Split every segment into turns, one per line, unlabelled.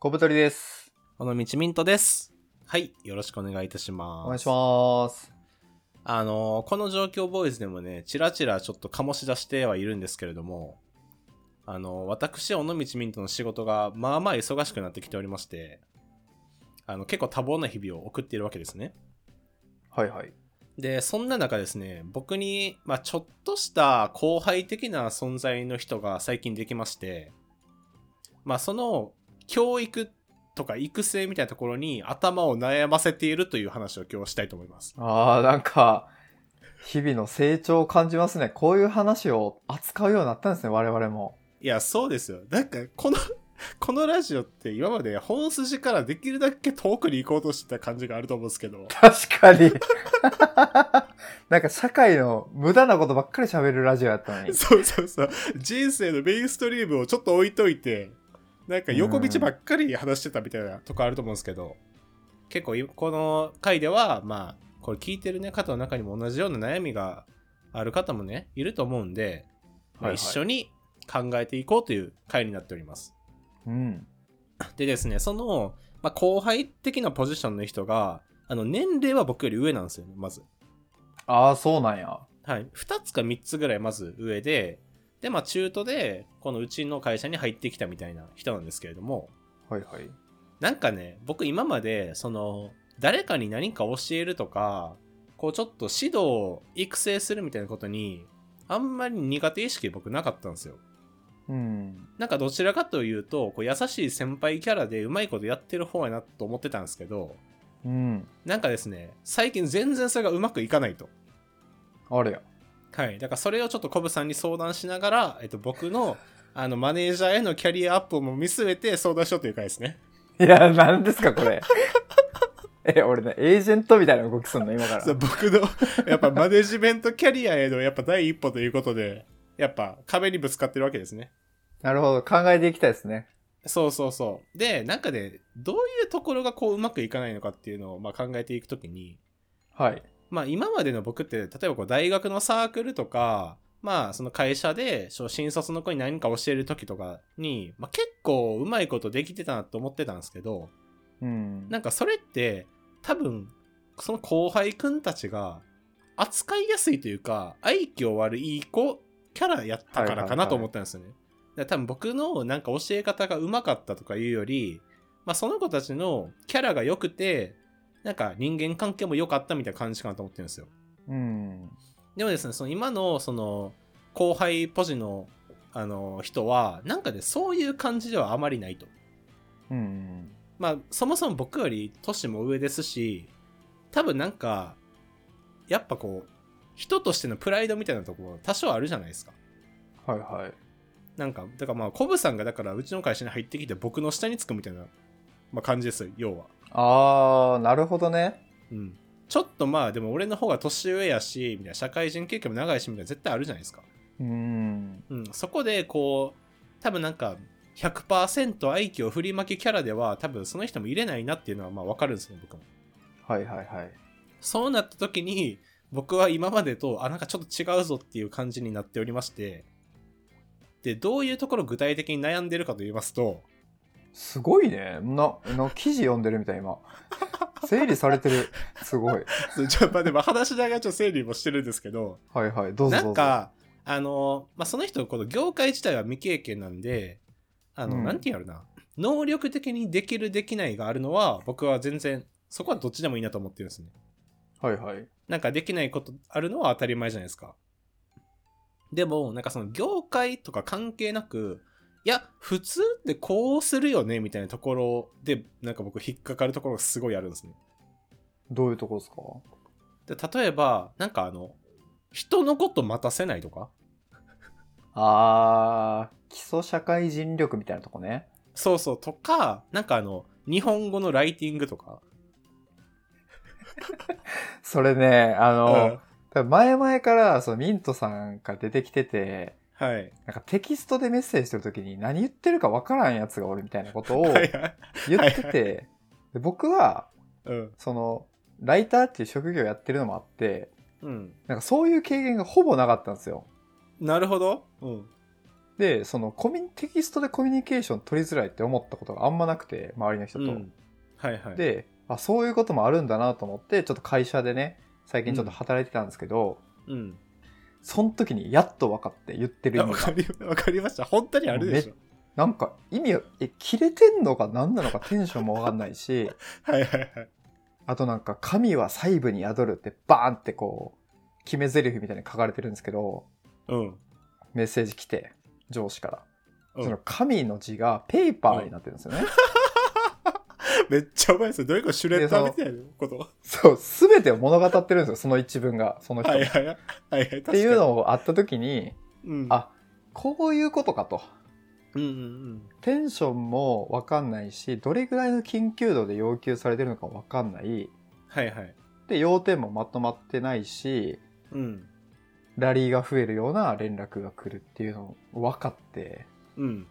小太りです。
このみちみんとです。はい、よろしくお願いいたします。
お願いします。
す。あのーこの状況ボーイズでもね、ちらちらちょっと醸し出してはいるんですけれども、あのー私、尾道みんとの仕事が、まあまあ忙しくなってきておりまして、あの、結構多忙な日々を送っているわけですね。
はいはい。
で、そんな中ですね、僕に、まあ、ちょっとした後輩的な存在の人が最近できまして、まあ、その教育とか育成みたいなところに頭を悩ませているという話を今日したいと思います。
あー、なんか、日々の成長を感じますね。こういう話を扱うようになったんですね、我々も。
いや、そうですよ。なんか、この、このラジオって今まで本筋からできるだけ遠くに行こうとしてた感じがあると思うんですけど、
確か に。なんか社会の無駄なことばっかり喋るラジオやったのに。
そうそうそう、人生のメインストリームをちょっと置いといて、なんか横道ばっかり話してたみたいなとこあると思うんですけど、結構いこの回では、まあ、これ聞いてるね方の中にも同じような悩みがある方もね、いると思うんで、ま
はい
あ
はい
一緒に考えていこうという回になっております。
うん。
でですね、その、まあ、後輩的なポジションの人が、あの、年齢は僕より上なんですよね、まず。
あー、そうなんや。
はい、2つか3つぐらいまず上で、で、まあ中途で、このうちの会社に入ってきたみたいな人なんですけれども、
はいはい。
なんかね、僕今まで、その、誰かに何か教えるとか、こうちょっと指導、育成するみたいなことに、あんまり苦手意識僕なかったんですよ。
うん。
なんかどちらかというと、こう優しい先輩キャラでうまいことやってる方やなと思ってたんですけど、
うん。
なんかですね、最近全然それがうまくいかないと。
あれや。
はい、だからそれをちょっとコブさんに相談しながら、えっと、僕のあのマネージャーへのキャリアアップも見据えて相談しようという回ですね。
いや、なんですか、これ。 え、俺ね、エージェントみたいな動きすんの、今から。
そう僕の やっぱマネジメントキャリアへのやっぱ第一歩ということで、やっぱ壁にぶつかってるわけですね。
なるほど。考えていきたいですね。
そうそうそう。で、なんかね、どういうところがこううまくいかないのかっていうのをまあ考えていくときに、
はい。
まあ今までの僕って、例えばこう大学のサークルとか、まあその会社でそう新卒の子に何か教える時とかに、まあ、結構うまいことできてたなと思ってたんですけど、
うん。
なんかそれって多分その後輩くんたちが扱いやすいというか、愛嬌悪い子キャラやったからかなと思ったんですよね。だから多分僕のなんか教え方がうまかったとかいうより、まあその子たちのキャラが良くて、なんか人間関係も良かったみたいな感じかなと思ってるんですよ。
うん。
でもですね、その今のその後輩ポジのあの人は、なんかね、そういう感じではあまりないと。
うん。
まあ、そもそも僕より年も上ですし、多分なんか、やっぱこう、人としてのプライドみたいなところ多少あるじゃないですか。
はいはい。
なんか、だからまあ、コブさんがだからうちの会社に入ってきて僕の下につくみたいな、まあ、感じですよ、要は。
あー、なるほどね。
うん。ちょっとまあ、でも俺の方が年上やし、みたいな、社会人経験も長いし、みたいな、絶対あるじゃないですか。
うん。
うん、そこでこう多分なんか100%愛嬌振りまきキャラでは多分その人も入れないなっていうのはまあ分かるんですね僕も
はいはいはい。
そうなった時に僕は今までとあなんかちょっと違うぞっていう感じになっておりましてでどういうところ具体的に悩んでるかと言いますと
すごいね。な、な、記事読んでるみたい、 今。整理されてる。すごい。
そうちょまあでも話しながらちょっと整理もしてるんですけど
はいはい。どうぞ
な
どうんぞ。
かあの、まあ、その人この業界自体は未経験なんであの、
うん
なんてやるな能力的にできるできないがあるのは僕は全然そこはどっちでもいいなと思ってるんですね
はいはい。
なんかできないことあるのは当たり前じゃないですかでもなんかその業界とか関係なくいや普通ってこうするよねみたいなところでなんか僕引っかかるところがすごいあるんですね
どういうとこですか
で例えばなんかあの人のこと待たせないとか
あー、基礎社会人力みたいなとこね。
そうそう、とか、なんかあの、日本語のライティングとか。
それね、あ
うん
の、前々から、そのミントさんが出てきてて、
はい。
なんかテキストでメッセージしてるときに何言ってるかわからんやつがおるみたいなことを
は
言ってて、
いはい。
で僕は、
うん。
その、ライターっていう職業やってるのもあって、
うん。
なんかそういう経験がほぼなかったんですよ。
なるほど。うん。
で、そのコミュテキストでコミュニケーション取りづらいって思ったことがあんまなくて、周りの人と。
うんはいはい。、
であ、そういうこともあるんだなと思って、ちょっと会社でね、最近ちょっと働いてたんですけど、
うん。
その時にやっと分かって言ってる
い
意
や
味
わ
が
かり、わかりました。本当にあるでしょ。
なんか意味をえ切れてんのか何なのかテンションも分かんないし
はいはいはい。
あとなんか「神は細部に宿る」ってバーンってこう決め台詞みたいに書かれてるんですけど
うん。
メッセージ来て上司から、
うん
その「神」の字がペーパーになってるんですよね、
めっちゃうまいですよ。どういうことシュレッダーみたいなこと。
そう全てを物語ってるんですよその一文がその人、
はい
っ
はいはい。はいはい。って
いうのをあった時に
うん。
あこういうことかと
うんうんうん。
テンションも分かんないしどれぐらいの緊急度で要求されてるのか分かんない
はいはい。
で要点もまとまってないし
うん。
ラリーが増えるような連絡が来るっていうのを分かって
うん。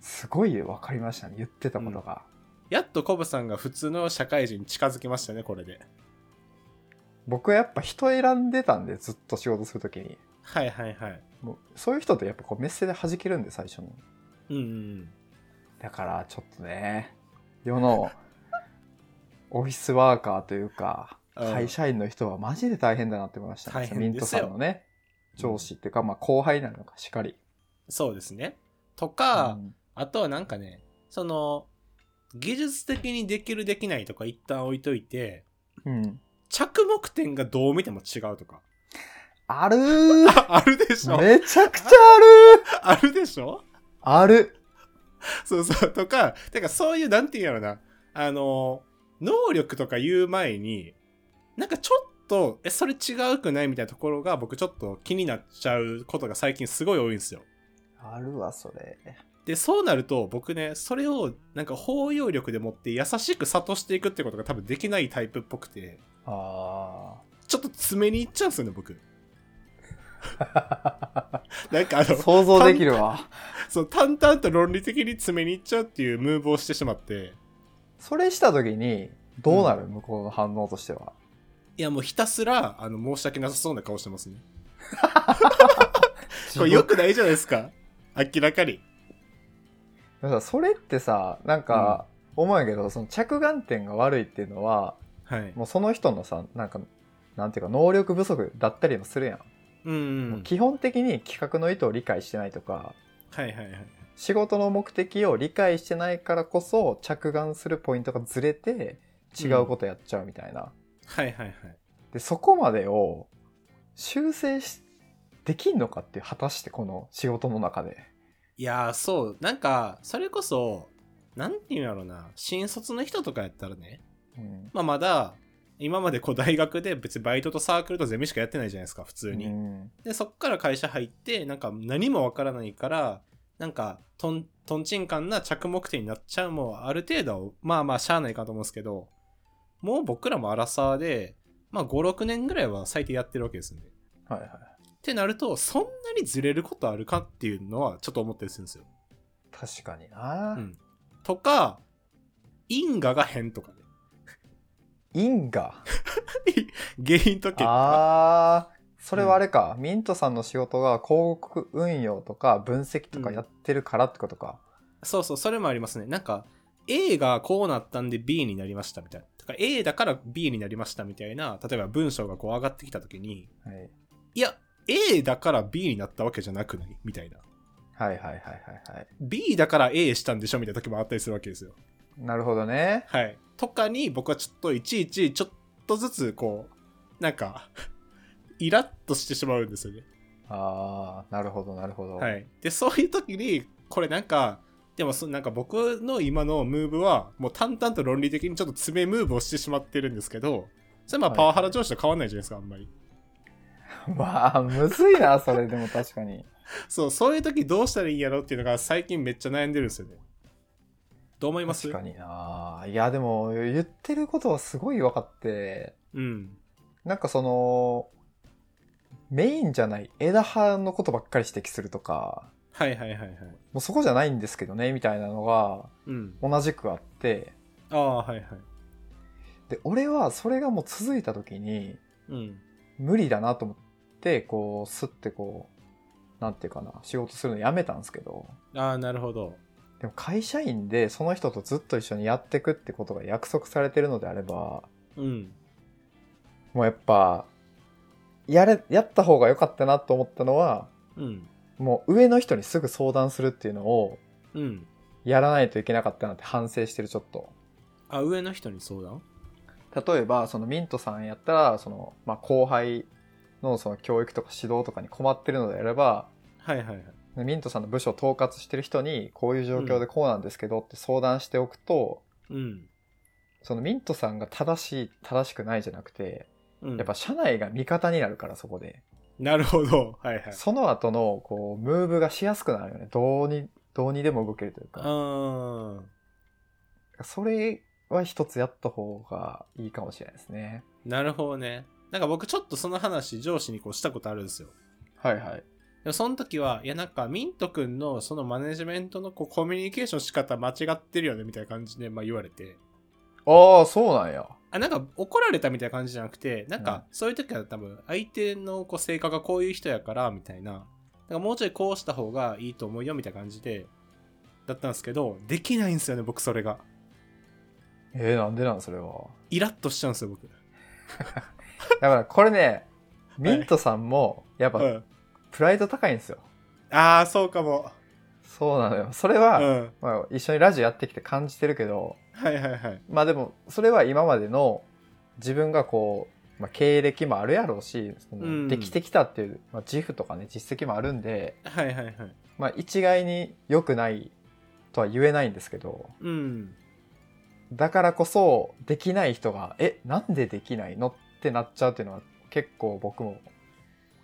すごい分かりましたね言ってたことが、
やっとコブさんが普通の社会人に近づきましたね、これで。
僕はやっぱ人選んでたんでずっと仕事するときに
はいはいはい。
もうそういう人ってやっぱこうメッセで弾けるんで最初に
うんうん
だからちょっとね世のオフィスワーカーというか
うん
会社員の人はマジで大変だなって思いました、
大変
ミントさんのね上司っていうか、まあ、後輩なのかしっかり
そうですね。とか、
うん
あとはなんかね、その、技術的にできるできないとか一旦置いといて、
うん、
着目点がどう見ても違うとか。
あるー
あ あるでしょ
めちゃくちゃある
あるでしょ
ある
そうそう。とか、てかそういう、なんていうんやろな。あの、能力とか言う前に、なんかちょっと、え、それ違うくないみたいなところが僕ちょっと気になっちゃうことが最近すごい多いんですよ。
あるわそれ
で、そうなると僕ね、それをなんか包容力でもって優しく諭していくってことが多分できないタイプっぽくて、
あ
ちょっと爪にいっちゃうんですよね、僕。
あ
なんかあ の、
想像できるわ
そう、淡々と論理的に爪にいっちゃうっていうムーブをしてしまって、
それした時にどうなる、向こうの反応としてはい
やもうひたすら、あの、申し訳なさそうな顔してますね。
自
これ
分
良くないじゃないですか。明らかに。
でもさそれってさなんか思うんやけど、その着眼点が悪いっていうのは
はい。
もうその人のさなんかなんていうか能力不足だったりもするやん、
うん、う。
もうん基本的に企画の意図を理解してないとか
はいはいはい。
仕事の目的を理解してないからこそ着眼するポイントがずれて違うことやっちゃうみたいな、
はいはいはい。
でそこまでを修正しできんのかっていう果たしてこの仕事の中で
いやー、そう。なんか、それこそ、なんていうんやろな。新卒の人とかやったらね、
うん
まあまだ、今までこう大学で別にバイトとサークルとゼミしかやってないじゃないですか、普通に。
うん
で、そっから会社入って、なんか何もわからないから、なんか、とん、とんちんかんな着目点になっちゃうもん、ある程度、まあまあ、しゃあないかと思うんですけど、もう僕らもアラサーで、まあ5、6年ぐらいは最低やってるわけですよね。
はいはい
ってなると、そんなにずれることあるかっていうのはちょっと思ったりするんですよ。
確かにな、
うん。とか、因果が変とかね。
因果
原因と結果。
あーそれはあれか、ミントさんの仕事が広告運用とか分析とかやってるからってことか、
そうそう、それもありますね。なんか、A がこうなったんで B になりましたみたいな。とか、A だから B になりましたみたいな、例えば文章がこう上がってきたときに、
はい、
いや、A だから B になったわけじゃなくないみたいな。
はいはいはいはいはい
B だから A したんでしょみたいな時もあったりするわけですよ。
なるほどね
はい。とかに僕はちょっといちいちちょっとずつこう、なんか、イラッとしてしまうんですよね。
ああなるほどなるほど、
はい。で、そういう時に、これなんか、でもそなんか僕の今のムーブは、もう淡々と論理的にちょっと爪ムーブをしてしまってるんですけど、それは
はい
まあパワハラ上司と変わんないじゃないですか、あんまり。
まあむずいなそれでも確かに
そう、そういう時どうしたらいいんやろっていうのが最近めっちゃ悩んでるんですよね。どう思います
確かにないやでも言ってることはすごい分かって
うん。
なんかそのメインじゃない枝葉のことばっかり指摘するとか
はいはいはいはい。
もうそこじゃないんですけどねみたいなのが
うん。
同じくあって
ああ、はいはい。
で俺はそれがもう続いた時に
うん。
無理だなと思ってこうスッてこうなんていうかな、仕事するのやめたんですけど、
ああ、なるほど。
でも会社員でその人とずっと一緒にやってくってことが約束されてるのであれば、
うん。
もうやっぱ、やれ、やった方が良かったなと思ったのは、
うん。
もう上の人にすぐ相談するっていうのを
うん。
やらないといけなかったなって反省してるちょっと。
あ、上の人に相談
例えば、そのミントさんやったら、その、まあ、後輩のその教育とか指導とかに困ってるのであれば、
はいはいはい。
ミントさんの部署を統括してる人に、こういう状況でこうなんですけどって相談しておくと、
うん。
そのミントさんが正しい、正しくないじゃなくて、
うん、
やっぱ社内が味方になるからそこで。
なるほど。はいはい。
その後の、こう、ムーブがしやすくなるよね。どうに、どうにでも動けるという
あ
か。
ー
それは一つやった方がいいかもしれないですね。
なるほどね。なんか僕ちょっとその話上司にこうしたことあるんですよ。
はいはい。
でもその時は、いやなんかミント君のそのマネジメントのこうコミュニケーション仕方間違ってるよねみたいな感じでまあ言われて。
ああ、そうなんや。
あなんか怒られたみたいな感じじゃなくてなんかそういう時は多分相手のこう性格がこういう人やからみたいななんかもうちょいこうした方がいいと思うよみたいな感じでだったんですけどできないんですよね僕それが
えー、なんでなんそれは。
イラッとしちゃうんですよ僕
だからこれね、ミントさんも、やっ
う
ぱ、
ん、
プライド高いんですよ。
ああそうかも
そうなのよ。それ
う
は、
ん
まあ、一緒にラジオやってきて感じてるけど
はいはいはい
まあでもそれは今までの自分がこう、まあ、経歴もあるやろうしそ
うん
のできてきたっていう、まあ、自負とかね実績もあるんで、
はいはいはい
まあ、一概に良くないとは言えないんですけど
うん
だからこそできない人が「えなんでできないの?」ってなっちゃうっていうのは結構僕も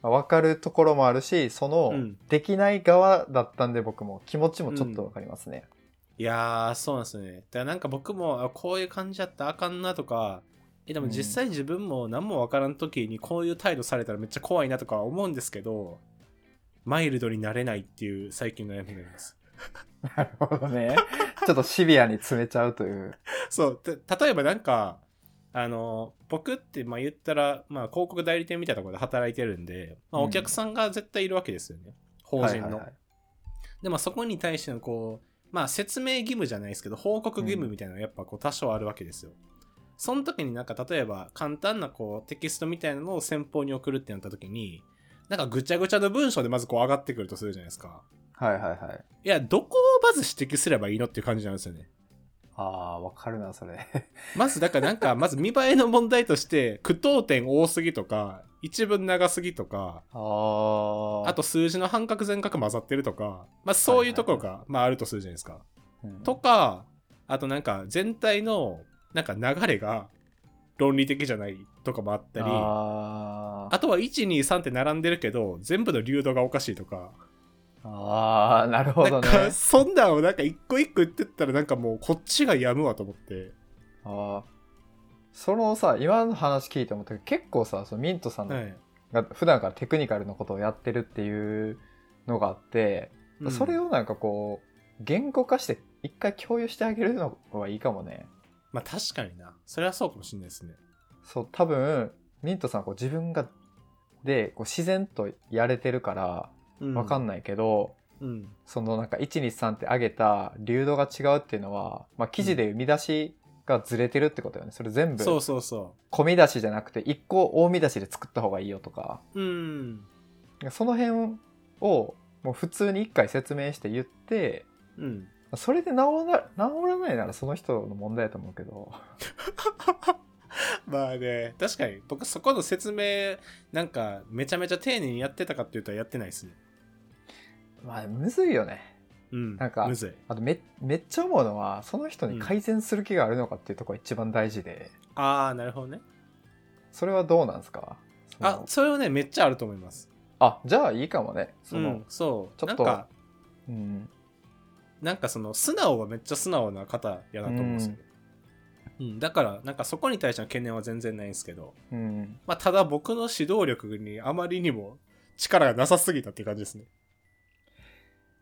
まあ分かるところもあるしその、
うん
できない側だったんで僕も気持ちもちょっと分かりますね。
いやーそうなんですよねだからなんか僕もあこういう感じやったらあかんなとかえでも実際自分も何もわからん時にこういう態度されたらめっちゃ怖いなとか思うんですけどマイルドになれないっていう最近の悩みになります
なるほどね。 ちょっとシビアに詰めちゃうという。
そうた例えばなんかあの僕ってまあ言ったら、まあ、広告代理店みたいなところで働いてるんで、まあ、
うん
お客さんが絶対いるわけですよね、法
は
人の、
いはいはい
でまあそこに対してのこう、まあ、説明義務じゃないですけど報告義務みたいなのがやっぱこう多少あるわけですよ。その時になんか例えば簡単なこうテキストみたいなのを先方に送るってなった時になんかぐちゃぐちゃの文章でまずこう上がってくるとするじゃないですか。
はいはいはい。
いやどこをまず指摘すればいいのっていう感じなんですよね。
ああ、わかるな、そ れ。
まずだからなんか まず見栄えの問題として句読点多すぎとか一文長すぎとか
ああ。
あ、と数字の半角全角混ざってるとか、まあ、そういうところが、まあ、あるとするじゃないですか。
うん
とかあとなんか全体のなんか流れが論理的じゃないとかもあったりあ
あー
とは123って並んでるけど全部の流動がおかしいとか
あー、なるほ
な
ど
ん
ね。
かそんなんをなんか一個一個言ってったらなんかもうこっちがやむわと思って
あーそのさ、今の話聞いて思ったけど、結構さ、そのミントさん
は
が
い、
普段からテクニカルのことをやってるっていうのがあって、
うん
それをなんかこう、言語化して一回共有してあげるのはいいかもね。
まあ確かになそれはそうかもしれないですね
そう、多分、ミントさんこう自分が、で、こう自然とやれてるから、わか
ん
んないけど、
うん
そのなんか123って上げた流動が違うっていうのは、まあ、記事で生み出しがずれてるってことよね。それ全部、
そうそうそ
込み出しじゃなくて、一個大見出しで作った方がいいよとか、
ううん
その辺を、もう普通に一回説明して言って、
うん
それで治ら治らないならその人の問題だと思うけど。
まあね確かに僕そこの説明なんかめちゃめちゃ丁寧にやってたかっていうとやってないですね
まあ、むずいよね。
うん
なんか
むずい
あとめ、めっちゃ思うのは、その人に改善する気があるのかっていうところが一番大事で、
ああなるほどね
それはどうなんですかその
あそれはねめっちゃあると思います
あ、じゃあいいかもね。そ
うん
の、
そう
ちょっと
なんか
うん。
なんかその素直はめっちゃ素直な方やなと思うんですよ、うんだからなんかそこに対しての懸念は全然ないんですけど、
うん。
まあ、ただ僕の指導力にあまりにも力がなさすぎたっていう感じですね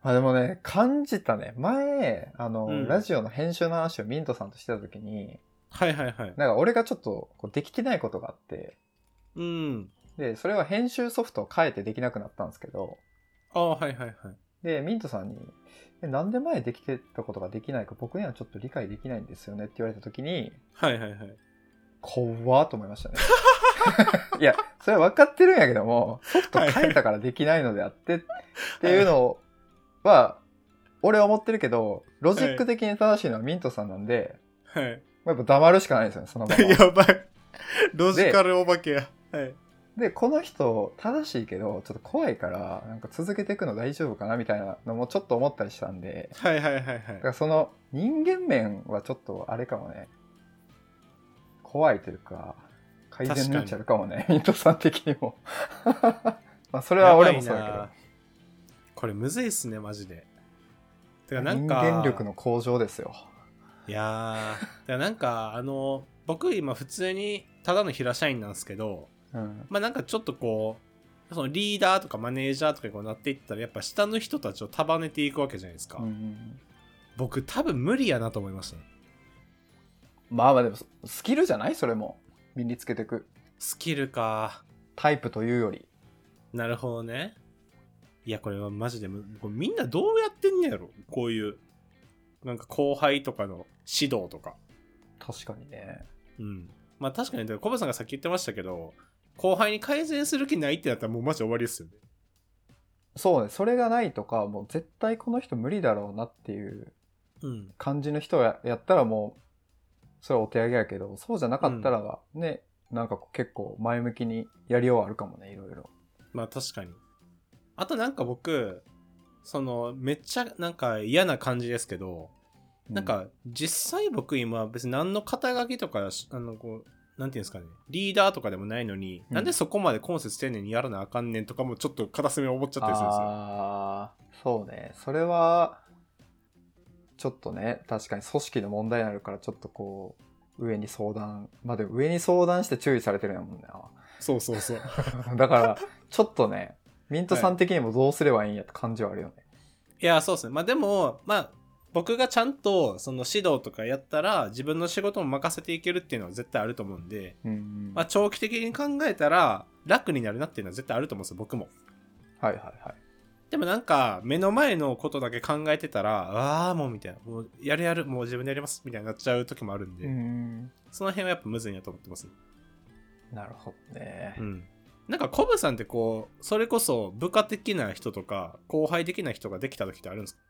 まあでもね、感じたね。前、あの、
うん
ラジオの編集の話をミントさんとしてた時に、
はいはいはい
なんか俺がちょっとこうできてないことがあって、
うん
で、それは編集ソフトを変えてできなくなったんですけど、
ああ、はいはいはい。
で、ミントさんに、えなんで前できてたことができないか僕にはちょっと理解できないんですよねって言われた時に、
はいはいはい。
怖っと思いま したね。いや、それは分かってるんやけども、ソフト変えたからできないのであってっていうのは、俺は思ってるけど、ロジック的に正しいのはミントさんなんで、
はい。
やっぱ黙るしかないですよね、そのまま。
やばい。ロジカルお化けや。はい。
で、この人、正しいけど、ちょっと怖いから、なんか続けていくの大丈夫かなみたいなのもちょっと思ったりしたんで、
はいはいはいはい。
だからその人間面はちょっとあれかもね、怖いというか、改善になっちゃうかもね、ミントさん的にも。 まあ、それは俺もそう
やばいな
だ
これむずいっすね、マジで。て
け
か
ど。
なん
人
か、
間力の向上ですよ。
いやー、だからなんか、あの、僕今普通にただの平社員なんですけど、
うん。
まあなんかちょっとこう、そのリーダーとかマネージャーとかにこうなっていったら、やっぱ下の人たちを束ねていくわけじゃないですか。
うん
僕多分無理やなと思いましたね。
まあまあでも、スキルじゃないそれも。身につけていく。
スキルか。
タイプというより。
なるほどね。いや、これはマジでむ、これみんなどうやってんねやろこういう、なんか後輩とかの指導とか。
確かにね。
うん。まあ確かに、だからコバさんがさっき言ってましたけど、後輩に改善する気ないってなったらもうマジ終わりですよね。
そうね、それがないとか、もう絶対この人無理だろうなっていう
うん。
感じの人ややったらもう、それはお手上げやけど、そうじゃなかったらが、ね、なんかこう結構前向きにやりようあるかもね、いろいろ。
まあ確かに。あとなんか僕、その、めっちゃなんか嫌な感じですけど、
う
なん、か実際僕今別に何の肩書きとかしあのこうなんていうんですかねリーダーとかでもないのに、
うん
なんでそこまで今節丁寧にやらなあかんねんとかもちょっと片隅に思っちゃったりするんですよ
ああー、そうね。それは、ちょっとね、確かに組織の問題になるから、ちょっとこう、上に相談、まあでも上に相談して注意されてるんやもんな。
そうそうそう
だから、ちょっとね、ミントさん的にもどうすればいいんやって感じはあるよね。
いやそうですねまあでもまあ僕がちゃんとその指導とかやったら自分の仕事も任せていけるっていうのは絶対あると思うんで、
うんうん。
まあ、長期的に考えたら楽になるなっていうのは絶対あると思うんですよ僕も
はいはいはい。
でもなんか目の前のことだけ考えてたらああもうみたいなもうやるやるもう自分でやりますみたいになっちゃう時もあるんで、
うん。
その辺はやっぱむずいなと思ってますね。
なるほどね。
ん。なんかコブさんってこう、それこそ部下的な人とか、後輩的な人ができた時ってあるんですか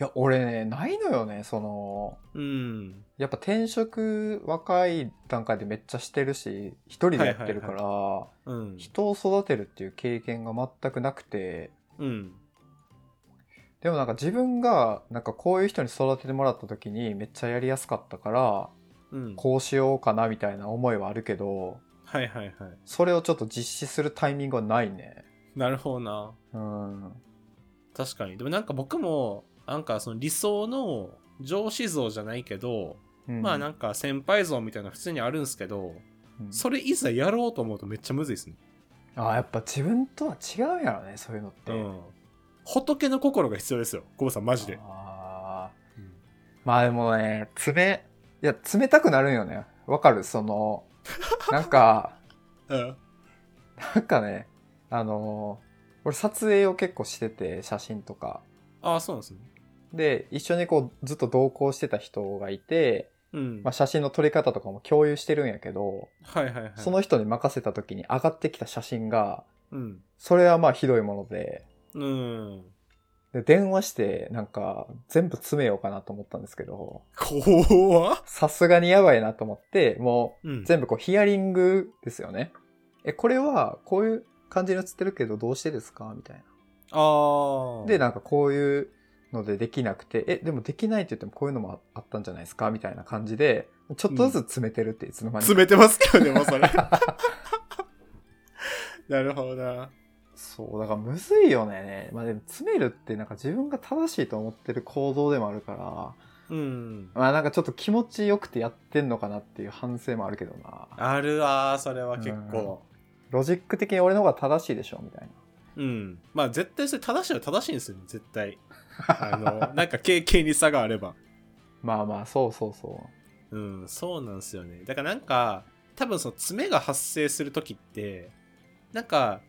いや、俺ね、ないのよね、その、
うん。
やっぱ転職若い段階でめっちゃしてるし、一人でやってるから、
はいうん。
人を育てるっていう経験が全くなくて、
うん。
でもなんか自分がなんかこういう人に育ててもらった時にめっちゃやりやすかったから、
うん。
こうしようかなみたいな思いはあるけど、
はいはいはい。
それをちょっと実施するタイミングはないね。
なるほどな。
うん。
確かに。でもなんか僕も、なんかその理想の上司像じゃないけど、
うん
まあなんか先輩像みたいなの普通にあるんですけど、
うん
それいざやろうと思うとめっちゃむずいですね。
あやっぱ自分とは違うんやろね、そういうのって。
うん。仏の心が必要ですよ。コブさんマジで。
あー
うん
まあでもね、冷、いや、冷たくなるんよね。わかるそ の、なんか、
うん。
なんかね、あのー俺撮影を結構してて、写真とか。
ああ、そうなんですね。
で、一緒にこう、ずっと同行してた人がいて、
うん。
まあ、写真の撮り方とかも共有してるんやけど、
はいはいはい。
その人に任せた時に上がってきた写真が、
うん。
それはまあひどいもので、
うん。
で電話して、なんか、全部詰めようかなと思ったんですけど、
怖っ
さすがにやばいなと思って、もう、
うん。
全部こうヒアリングですよね。え、これはこういう感じに映ってるけどどうしてですかみたい
あ
な。
あ。
で、なんかこういうのでできなくて、え、でもできないって言ってもこういうのもああったんじゃないですかみたいな感じで、ちょっとずつ詰めてるっていつの間にか。
詰めてますけどね、もうそれ。 なるほどな。
そう、だからむずいよね。まあでも詰めるってなんか自分が正しいと思ってる行動でもあるから、
うん。
まあなんかちょっと気持ちよくてやってんのかなっていう反省もあるけどな。
あるわ、それは結構。
ロジック的に俺の方が正しいでしょみたいな。
うん。まあ、絶対それ正しいは正しいんですよね、絶対。あの、なんか経験に差があれば。
まあまあ、そうそうそう。
うん、そうなんですよね。だからなんか、多分その爪が発生するときって、なんか、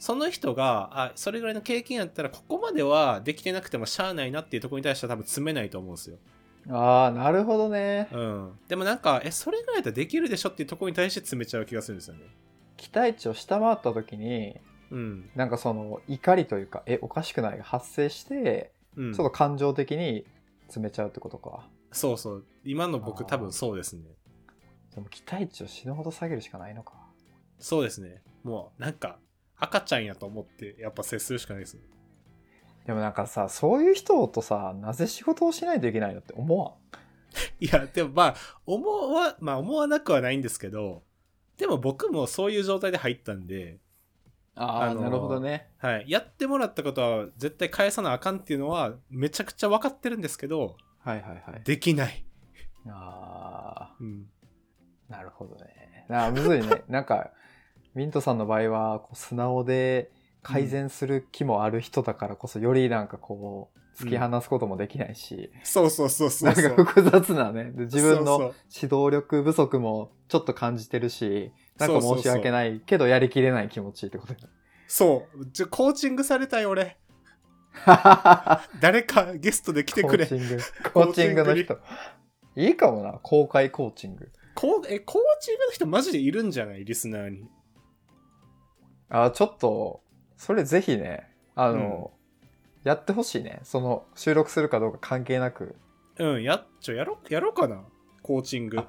その人があそれぐらいの経験やったらここまではできてなくてもしゃあないなっていうところに対しては多分詰めないと思うんですよ、
ああ、なるほどね。
うん、でもなんかえそれぐらいだったらできるでしょっていうところに対して詰めちゃう気がするんですよね
期待値を下回った時に、
うん、
なんかその怒りというか、え、おかしくないが発生して、
うん、
ちょっと感情的に詰めちゃうってことか。
そうそう今の僕
あー
多分そうですね
でも期待値を死ぬほど下げるしかないのか。
そうですねもうなんか赤ちゃんやと思ってやっぱ接するしかないですね
でもなんかさ、そういう人とさ、なぜ仕事をしないといけないのって思わん。
いや、でもまあ、思わ、まあ思わなくはないんですけど、でも僕もそういう状態で入ったんで、
あ
あのー
なるほどね。
はい、やってもらったことは絶対返さなあかんっていうのはめちゃくちゃ分かってるんですけど、
はいはいはい。
できない。
あ
うん。
あ、なるほどね。なあ、むずいね。 なんか、ミントさんの場合は、こう素直で改善する気もある人だからこそ、よりなんかこう、突き放すこともできないし、
そうそうそうそ
な
うんそう。
か複雑なね。で自分
そう
の
そう
指導力不足もちょっと感じてるし、なんか
そうそうそう
申し訳ないけど、やりきれない気持ちってこと。
そう。ちょコーチングされたい俺。誰かゲストで来てくれ
コ。ーチング。コーチングの人。いいかもな、公開コーチング。
こうえコーチングの人マジでいるんじゃないリスナーに。
あ、ちょっと、それぜひね、あの、やってほしいね。その、収録するかどうか関係なく。
うん、やっちょ、やろ、やろうかな。コーチング。
あ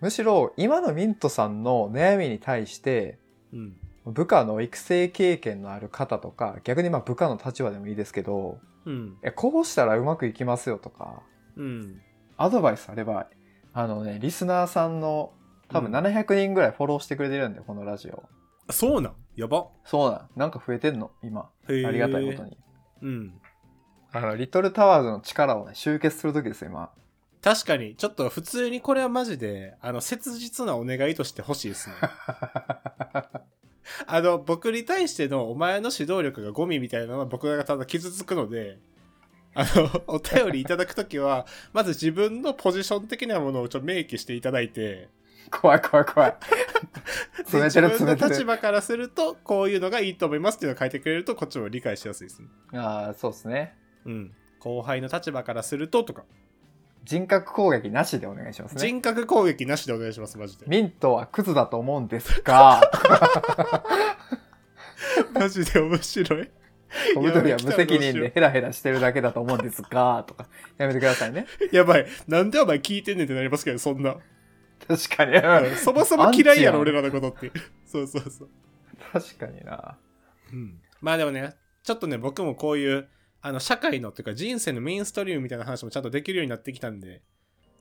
むしろ、今のミントさんの悩みに対して、
うん。
部下の育成経験のある方とか、逆にまあ部下の立場でもいいですけど、
うん。
えこうしたらうまくいきますよとか、
うん。
アドバイスあれば、あのね、リスナーさんの多分
うん
700人ぐらいフォローしてくれてるんで、このラジオ。
そうなんやば。
そうなん。なんか増えてんの、今。
あり
ありがたいことに。
うん。
あの、リトルタワーズの力をね、集結する時ですよ、今。
確かに、ちょっと普通にこれはマジで、あの、切実なお願いとしてほしいです ね。あの、僕に対してのお前の指導力がゴミみたいなのは僕がただ傷つくので、あの、お便りいただくときは、 まず自分のポジション的なものをちょっと明記していただいて、
怖い怖い怖 い。
で
詰めてる
自
詰
分の
めて
立
る。
場からすると、こういうのがいいと思いますっていうのを書いてくれると、こっちも理解しやすいですね。
ああ、そうですね。
うん。後輩の立場からするととか、
人格攻撃なしでお願いしますね。
人格攻撃なしでお願いします、マジで。
ミントはクズだと思うんです が、
マジで面白い。
小太りは無責任でヘラヘラしてるだけだと思うんですが、とか、やめてくださいね。
やばい。なんでお前聞いてんねんってなりますけど、そんな。
確かに。うん
そもそも嫌いやろ、
アンチ
俺
やん
らのことって。 そうそうそう。
確かにな。
まあでもね、ちょっとね、僕もこういう、あの、社会のっていうか人生のメインストリームみたいな話もちゃんとできるようになってきたんで、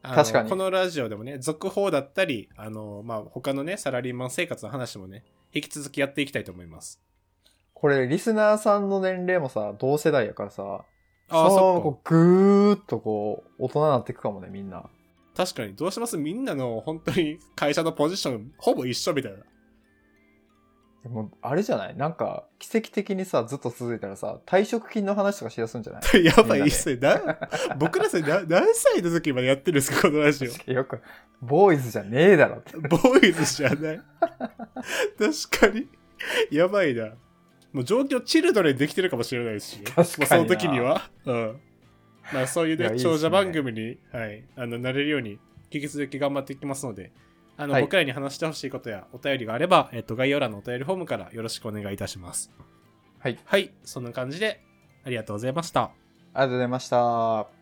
あの
確かに
このラジオでもね、続報だったり、あの、まあ、他のね、サラリーマン生活の話もね、引き続きやっていきたいと思います。
これ、リスナーさんの年齢もさ、同世代やからさ、
ああ、
そのまま
そ
こうぐーっとこう、大人になっていくかもね、みんな。
っか。確かに、どうしますみんなの本当に会社のポジション、ほぼ一緒みたいな。
でも、あれじゃないなんか、奇跡的にさ、ずっと続いたらさ、退職金の話とかしだすんじゃない
やばい、
みんなで
それな、僕らそれな何歳の時までやってるんですか、このラジオ。
確かに よく、ボーイズじゃねえだろって。
ボーイズじゃない。確かに。やばいな。もう状況チルドレンできてるかもしれないですしね、
確かにな
もうその時には。うん。まあそういう
いやい
ね、
いっすね
長者番組に、はい、あの、なれるように、引き続き頑張っていきますので、あの、
はい
僕らに話してほしいことやお便りがあれば、えっと、概要欄のお便りフォームからよろしくお願いいたします。
はい。
はい、そんな感じで、ありがとうございました。
ありがとうございました。